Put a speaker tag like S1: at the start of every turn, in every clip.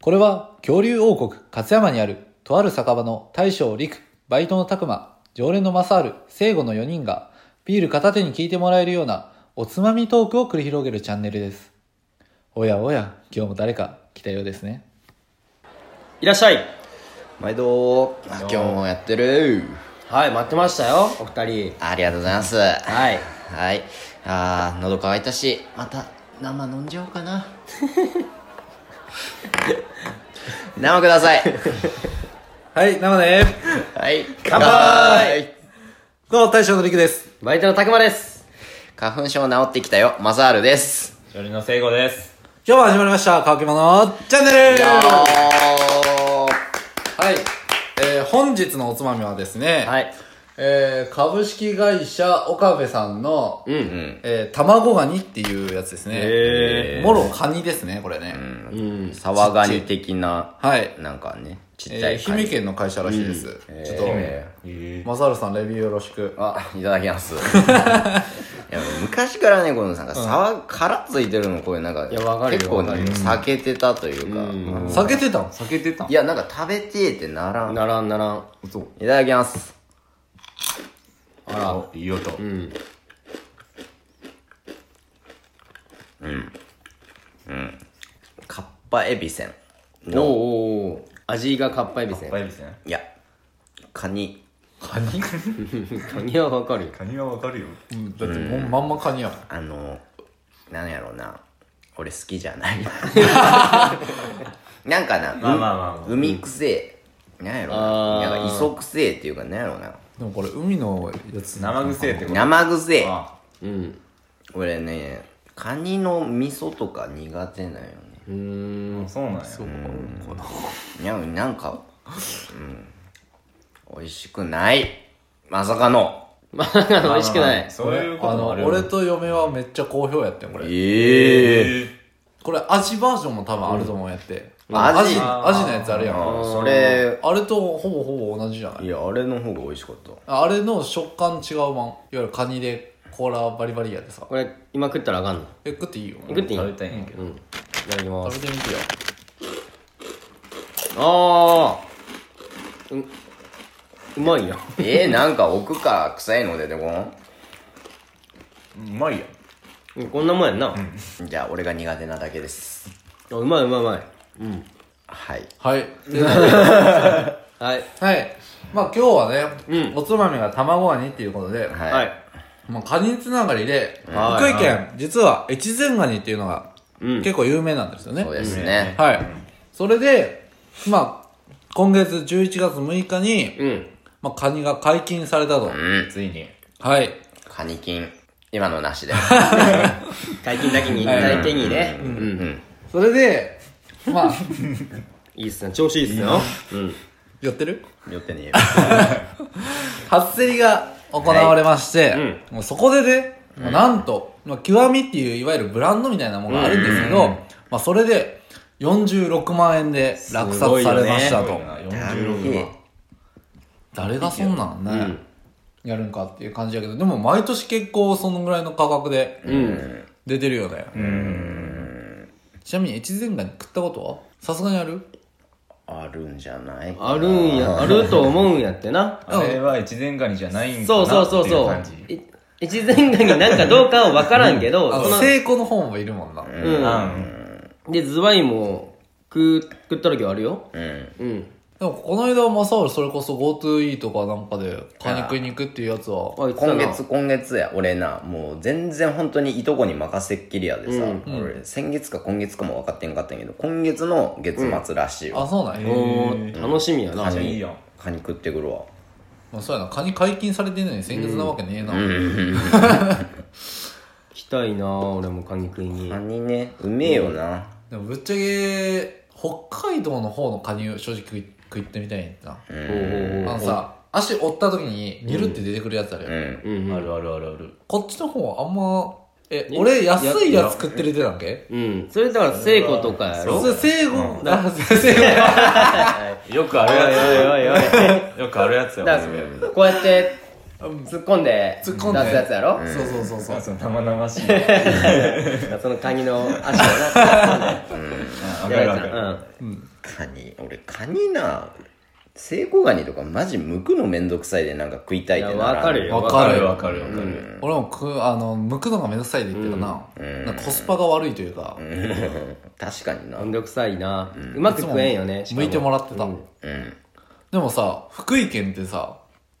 S1: これは恐竜王国勝山にあるとある酒場の大将陸、バイトの拓馬、常連の正治、聖護の4人がビール片手に聞いてもらえるようなおつまみトークを繰り広げるチャンネルです。おやおや、今日も誰か来たようですね。
S2: いらっしゃい
S3: 毎度今日もやってる
S2: はい待ってましたよお二人
S3: ありがとうございます
S2: はい
S3: はいあー喉乾いたしまた生飲んじゃおうかな 生ください
S1: はい、生で、
S3: はい
S2: 乾杯
S1: どうも大将の陸です。
S2: バイトの たくまです
S3: 乾杯花粉症治ってきたよマサールです
S2: 処理の聖護です
S1: 今日も始まりました、乾き物チャンネル
S3: は
S1: はい、えー本日のおつまみはですね、
S2: はい
S1: えー株式会社岡部さんの、
S2: うん
S1: えー卵ガニっていうやつですね。
S2: へ
S1: もろカニですね、これね。
S2: うん
S3: サワガニ的な
S1: はい。
S3: なんかねちっ
S1: え
S3: ちゃ
S1: ー
S3: い感
S1: 愛媛
S3: じ、
S1: 県の会社らしいです。ちょっと、マサルさんレビューよろしく。
S3: あいただきますいや昔からねこのなんかサワ殻ついてるのこれなんか
S2: いやわかるよ
S3: 結構
S2: わか
S3: ね
S2: るよ
S3: 避けてたというか、
S1: 避けてたん
S2: 避けてた
S3: いやなんか食べてえってならんい
S2: ならんならん
S4: そう。
S3: ただきます
S4: あら、いい音。
S2: うん
S3: カッパエビせん
S2: おーおーおー味がかっぱえびせん
S4: カエビですね。
S3: いやカニ
S1: カニ
S2: カニはわかるよ
S4: カニはわかるよ。
S1: うんだってもうまんまカニやもん。
S3: あのなんやろうな俺好きじゃない なんかな、
S4: まあまあまあまあ
S3: 海くせえなんやろう
S2: あ
S3: な
S2: ー
S3: なんか磯くせえっていうかなんやろうな
S1: でもこれ海のやつ。
S4: 生臭えってこと。
S3: 生くせえ
S4: あ
S2: うん
S3: 俺ねカニの味噌とか苦手なんよね
S2: うーん
S4: そうなんや。
S3: いやなんか、うん、美味しくないまさかの
S2: まあなん か美味しくない
S4: そういうこ
S1: あ
S4: と
S1: の
S4: もあるよ
S1: 俺と嫁はめっちゃ好評やってんこれ
S3: ええ
S1: これ味バージョンも多分あると思うんやって、
S3: ん
S1: アジ
S3: 味
S1: アジのやつあるやんあ
S3: それ
S1: れとほぼほぼ同じじゃない
S3: いやあれの方が美味しかった
S1: あれの食感違うまんいわゆるカニでコーラバリバリやでさ
S2: これ今食ったらあかんの
S1: え食っていいよ
S2: 食っていい
S4: 食べたいんやけど。
S2: うんいただきます
S1: 食べてみてよ
S2: ああううまいやん
S3: えー、なんか奥から臭いの出てこん
S4: うまいやん。
S2: うんこんなもんやんな、あ
S3: じゃあ俺が苦手なだけです
S2: うまいうまいうまいうん
S3: はい
S1: はい
S2: はい
S1: はいまあ今日はね、
S2: う
S1: おつまみが卵ガニっていうことで、
S3: はい、
S2: はい
S1: まあ、カニつながりで、
S2: はい
S1: 福井県実は越前ガニっていうのが
S2: うん
S1: 結構有名なんですよね、
S3: そうですね、
S1: はい。それで、まあ、今月11月6日に、
S2: うん
S1: まあ、カニが解禁されたと。
S3: うん
S4: ついに。
S1: はい。
S3: カニ金今のなしで
S2: 解禁だけに大手にねうんうん
S1: それで、まあ、
S2: いいっすね調子いいっすようん
S1: 寄ってる
S3: 寄ってねえよ
S1: 初競りが行われまして、
S2: い
S1: もうそこでね、まあなんと、まあ、極みっていういわゆるブランドみたいなものがあるんですけど、まあ、それで、46万円で落札されましたと。
S4: 46万。
S1: 誰がそんなんね、やるんかっていう感じやけど、でも毎年結構そのぐらいの価格で
S2: うん
S1: 出てるよね。ちなみに越前ガニ食ったことはさすがにある
S3: あるんじゃない
S2: あるんやあると思うんやってな
S4: あれは越前ガニじゃないんか
S2: そう
S4: な
S2: そうそう
S4: っていう
S2: そ
S4: 感
S2: う
S4: じ。
S2: い越前ガニなんかどうかは分からんけ ど
S1: あ
S2: そ
S1: の、
S2: の
S1: 成功の方もいるもんな。
S2: う
S4: うん
S2: んでズワイも食う食った時はあるよ
S3: うん
S2: うん
S1: でも、この間、マサオルそれこそ GoTo イーとかなんかで、カニ食いに行くっていうやつは、
S2: あいつだ
S3: 今
S2: な
S3: 月今月や俺なもう全然本当にいとこに任せっきりやでさ、俺先月か今月かも分かってんかったんやけど今月の月末らしい
S1: あ、
S3: わ、
S1: そうなんや。
S2: おー楽しみやな
S3: カ
S4: いい
S3: ニ
S4: やん
S3: カニ食ってくるわ
S1: まあ、そうやな。カニ解禁されてんのに先月なわけねえな。
S2: 来たいな俺もカニ食いに
S3: カニねうめえよな、
S1: でも、ぶっちゃけ、北海道の方のカニを正直食い食いってみたいんやな。
S2: おーおー
S1: あのさ、足折った時に、ニュルって出てくるやつあるよ。
S3: うん
S2: うんうん
S4: あるあるあるある。
S1: こっちの方はあんま、え、俺、安いやつ食ってるってなんけ
S2: うんそれだから聖子とかやろ
S1: それ、生後、あ、生後。
S4: よくある
S2: おいおい
S4: や
S2: おいおい
S4: つよ。よくあるやつ
S2: だ
S4: や。
S2: からこうやって突っ込んで
S1: 突っ込んで
S2: 出すやつやろ、
S1: そうそうそうそう。
S4: そう生々しい。
S2: そのカニの足をな
S4: わかるわか
S3: う
S4: る。
S3: ん
S1: うん。
S3: カニ俺カニなセイコガニとかマジ剥くのめんどくさいでなんか食いたいってならん
S2: いやわかるよ
S1: わかる
S4: わかるわかる。
S1: 俺もく、あの、剥くのがめんどくさいで言ってたな。
S3: うん
S1: なんかコスパが悪いというか、
S3: うん 確かにな
S2: めんどくさいな、うまく食えんよねしか
S1: 剥いてもらってた。
S2: うん
S3: うん
S1: でもさ、福井県ってさ、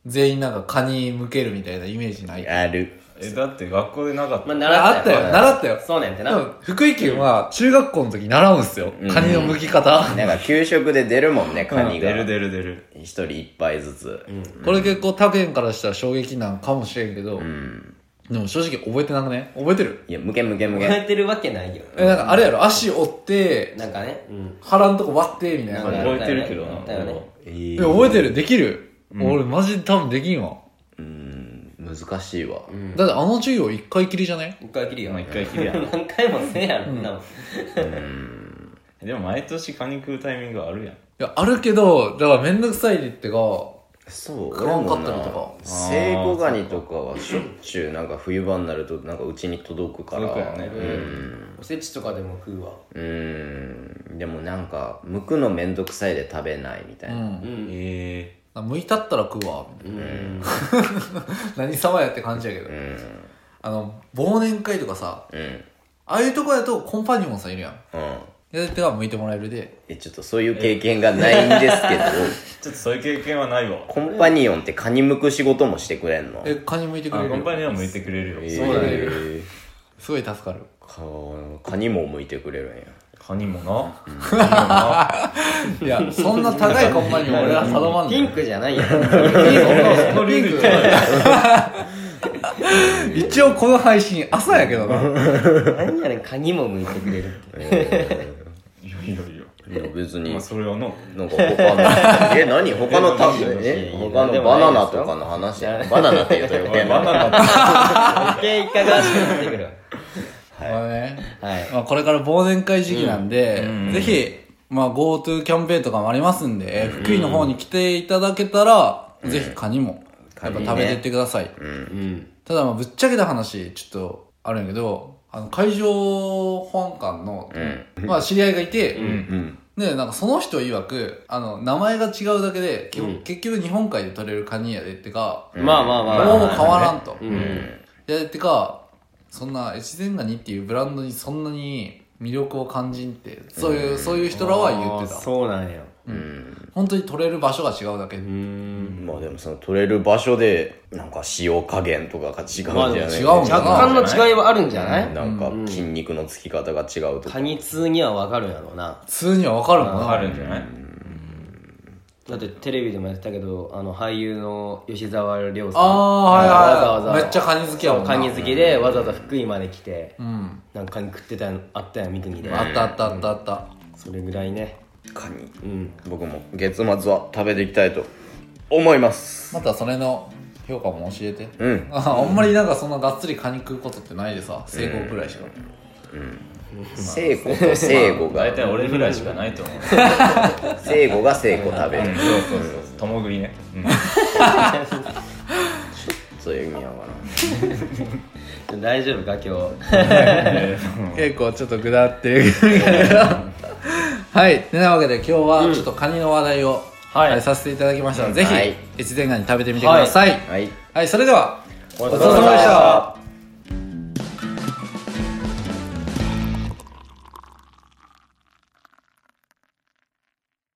S1: 全員なんかカニ剥けるみたいなイメージない。
S3: ある
S4: え、だって学校でなかった。
S2: まあ
S1: ああ
S2: 習っ
S1: ったた
S2: よ
S1: よ、習ったよ。
S2: そうなんて
S1: で
S2: な
S1: も福井県は中学校の時習うんすよ。
S3: うん
S1: カニの剥き方。
S3: なんか給食で出るもんねカ
S4: うん
S3: ニ
S4: 出る
S3: が
S4: 出る出る。
S3: 一人一杯ずつ
S1: これ結構他県からしたら衝撃なんかもしれんけど、
S3: うん
S1: でも正直覚えてなくね覚えてる
S3: いやむけむけむ
S2: 覚え
S3: け
S2: てるわけないよ
S1: え、なんかあれやろ足折って、
S2: なんかねうん
S1: 腹んとこ割って、みたいな
S2: うん
S1: 感じ。
S4: 覚えてるけど
S2: だよね
S4: な。
S3: え
S1: え、
S3: ー
S1: 覚えてるできる、俺マジで多分できんわ。
S3: うん難しいわ
S1: だってあの授業一回きりじゃね
S2: 一回切るよ
S4: まあ一回きりやな。
S2: 何回もせえやろな
S4: でも毎年カニ食うタイミングあるやん。
S1: いや、あるけど、だからめんどくさいでってか、
S3: そう
S1: 食わんかったり
S3: 俺
S1: とか
S3: もなセイコガニとかはしょっちゅうなんか冬場になるとなんかうちに届くから
S4: 届くよね
S3: うん
S2: おせちとかでも食うわ
S3: うんでもなんか剥くのめんどくさいで食べないみたいうな、
S1: ん。
S2: うん
S4: え
S1: 剥いたったら食うわ、みたい
S2: うん
S1: な。 何様やって感じやけど。
S3: うん
S1: あの、忘年会とかさ、
S3: うん
S1: ああいうとこやとコンパニオンさんいるやん。
S3: うん
S1: で、てか剥いてもらえるで。
S3: えちょっとそういう経験がないんですけど
S4: えちょっとそういう経験はないわ。
S3: コンパニオンってカニ剥く仕事もしてくれんの
S1: え、カニ剥いてく
S4: あ
S1: れる
S4: コンパニ
S1: よ。
S4: オン向いてくれるよ。
S1: うだね
S3: えー
S1: すごい助かる。
S3: かカニも剥いてくれるんや
S4: カニもな。カニもな。
S1: いや、そんな高いコンパニオン俺は定まんない。
S2: ピンクじ ゃないやろ
S1: そうピンク 一応この配信朝やけどな。
S2: 何やねんカニも向いてくれるって
S4: いやいやいや。
S3: いや別に
S4: まあそれはの。
S3: なんか他の え何他のタえ
S4: え
S2: 何
S3: 他のバナナとかの話バナナって言うと
S4: お
S3: 余
S4: い
S3: 計
S4: バ
S3: な
S4: ナナって
S2: 経過がしてくる
S1: まあね
S2: はい
S1: まあこれから忘年会時期なんで
S4: うんう、ん
S1: ぜひ、まあ GoTo キャンペーンとかもありますんで、えー福井の方に来ていただけたら、ぜひカニも、やっぱ食べていってください。
S2: うん
S1: ただまあぶっちゃけた話、ちょっとあるんやけど、あの海上保安官の、まあ知り合いがいて、
S3: うん
S1: で、なんかその人曰く、あの、名前が違うだけで、基本
S2: うん
S1: 結局日本海で取れるカニやでってか、
S2: まあまあまあ
S1: もう変わらんと。
S2: うん
S1: で、てか、そんな、越前ガニっていうブランドにそんなに魅力を感じんって、そういう、そういう人らは言って
S2: あー
S1: た。
S2: そうなんや
S1: 本当に取れる場所が違うだけ。
S2: う
S1: 違
S2: ん
S3: まあでもその取れる場所でなんか塩加減とかが違うんじゃない、
S1: うんだ
S2: 若干
S1: な。
S2: の違いはあるんじゃない、
S3: なんか筋肉のつき方が違うとか、
S2: カニ通には分かるんやろうな
S1: 普通にはわかるもん
S4: あ
S1: な。
S4: るんじゃない
S2: だってテレビでもやってたけどあの俳優の吉沢亮さん
S1: あー、はい
S2: わざわ
S1: は
S2: ざ
S1: い。めっちゃカニ好きやもんな。
S2: カニ好きでわざわざ福井まで来て、
S1: うん。
S2: なんかカニ食ってたのあったやん三国で
S1: あったあったあったあった。
S2: それぐらいね
S3: カニ
S2: うん
S3: 僕も月末は食べていきたいと思います
S1: またそれの評価も教えて。
S3: うん
S1: ああんまりなんかそんながっつりカニ食うことってないでさ成功くらいしか、
S3: 聖子と聖子が
S4: 大体俺ぐらいしかないと思う。
S3: 聖子が聖子食べ
S4: う
S3: る
S4: んそうそうそう。ともぐりね。 うん
S3: そういう意味やか
S2: 大丈夫か今
S1: 結構ちょっとぐだってるはいてなわけで今日はちょっとカニの話題を、
S2: はい
S1: はいさせていただきましたので、
S3: はい
S1: ぜひ越前ガニ食べてみてください、はい
S3: なはい
S1: それでは
S2: 日
S1: お疲れ様でした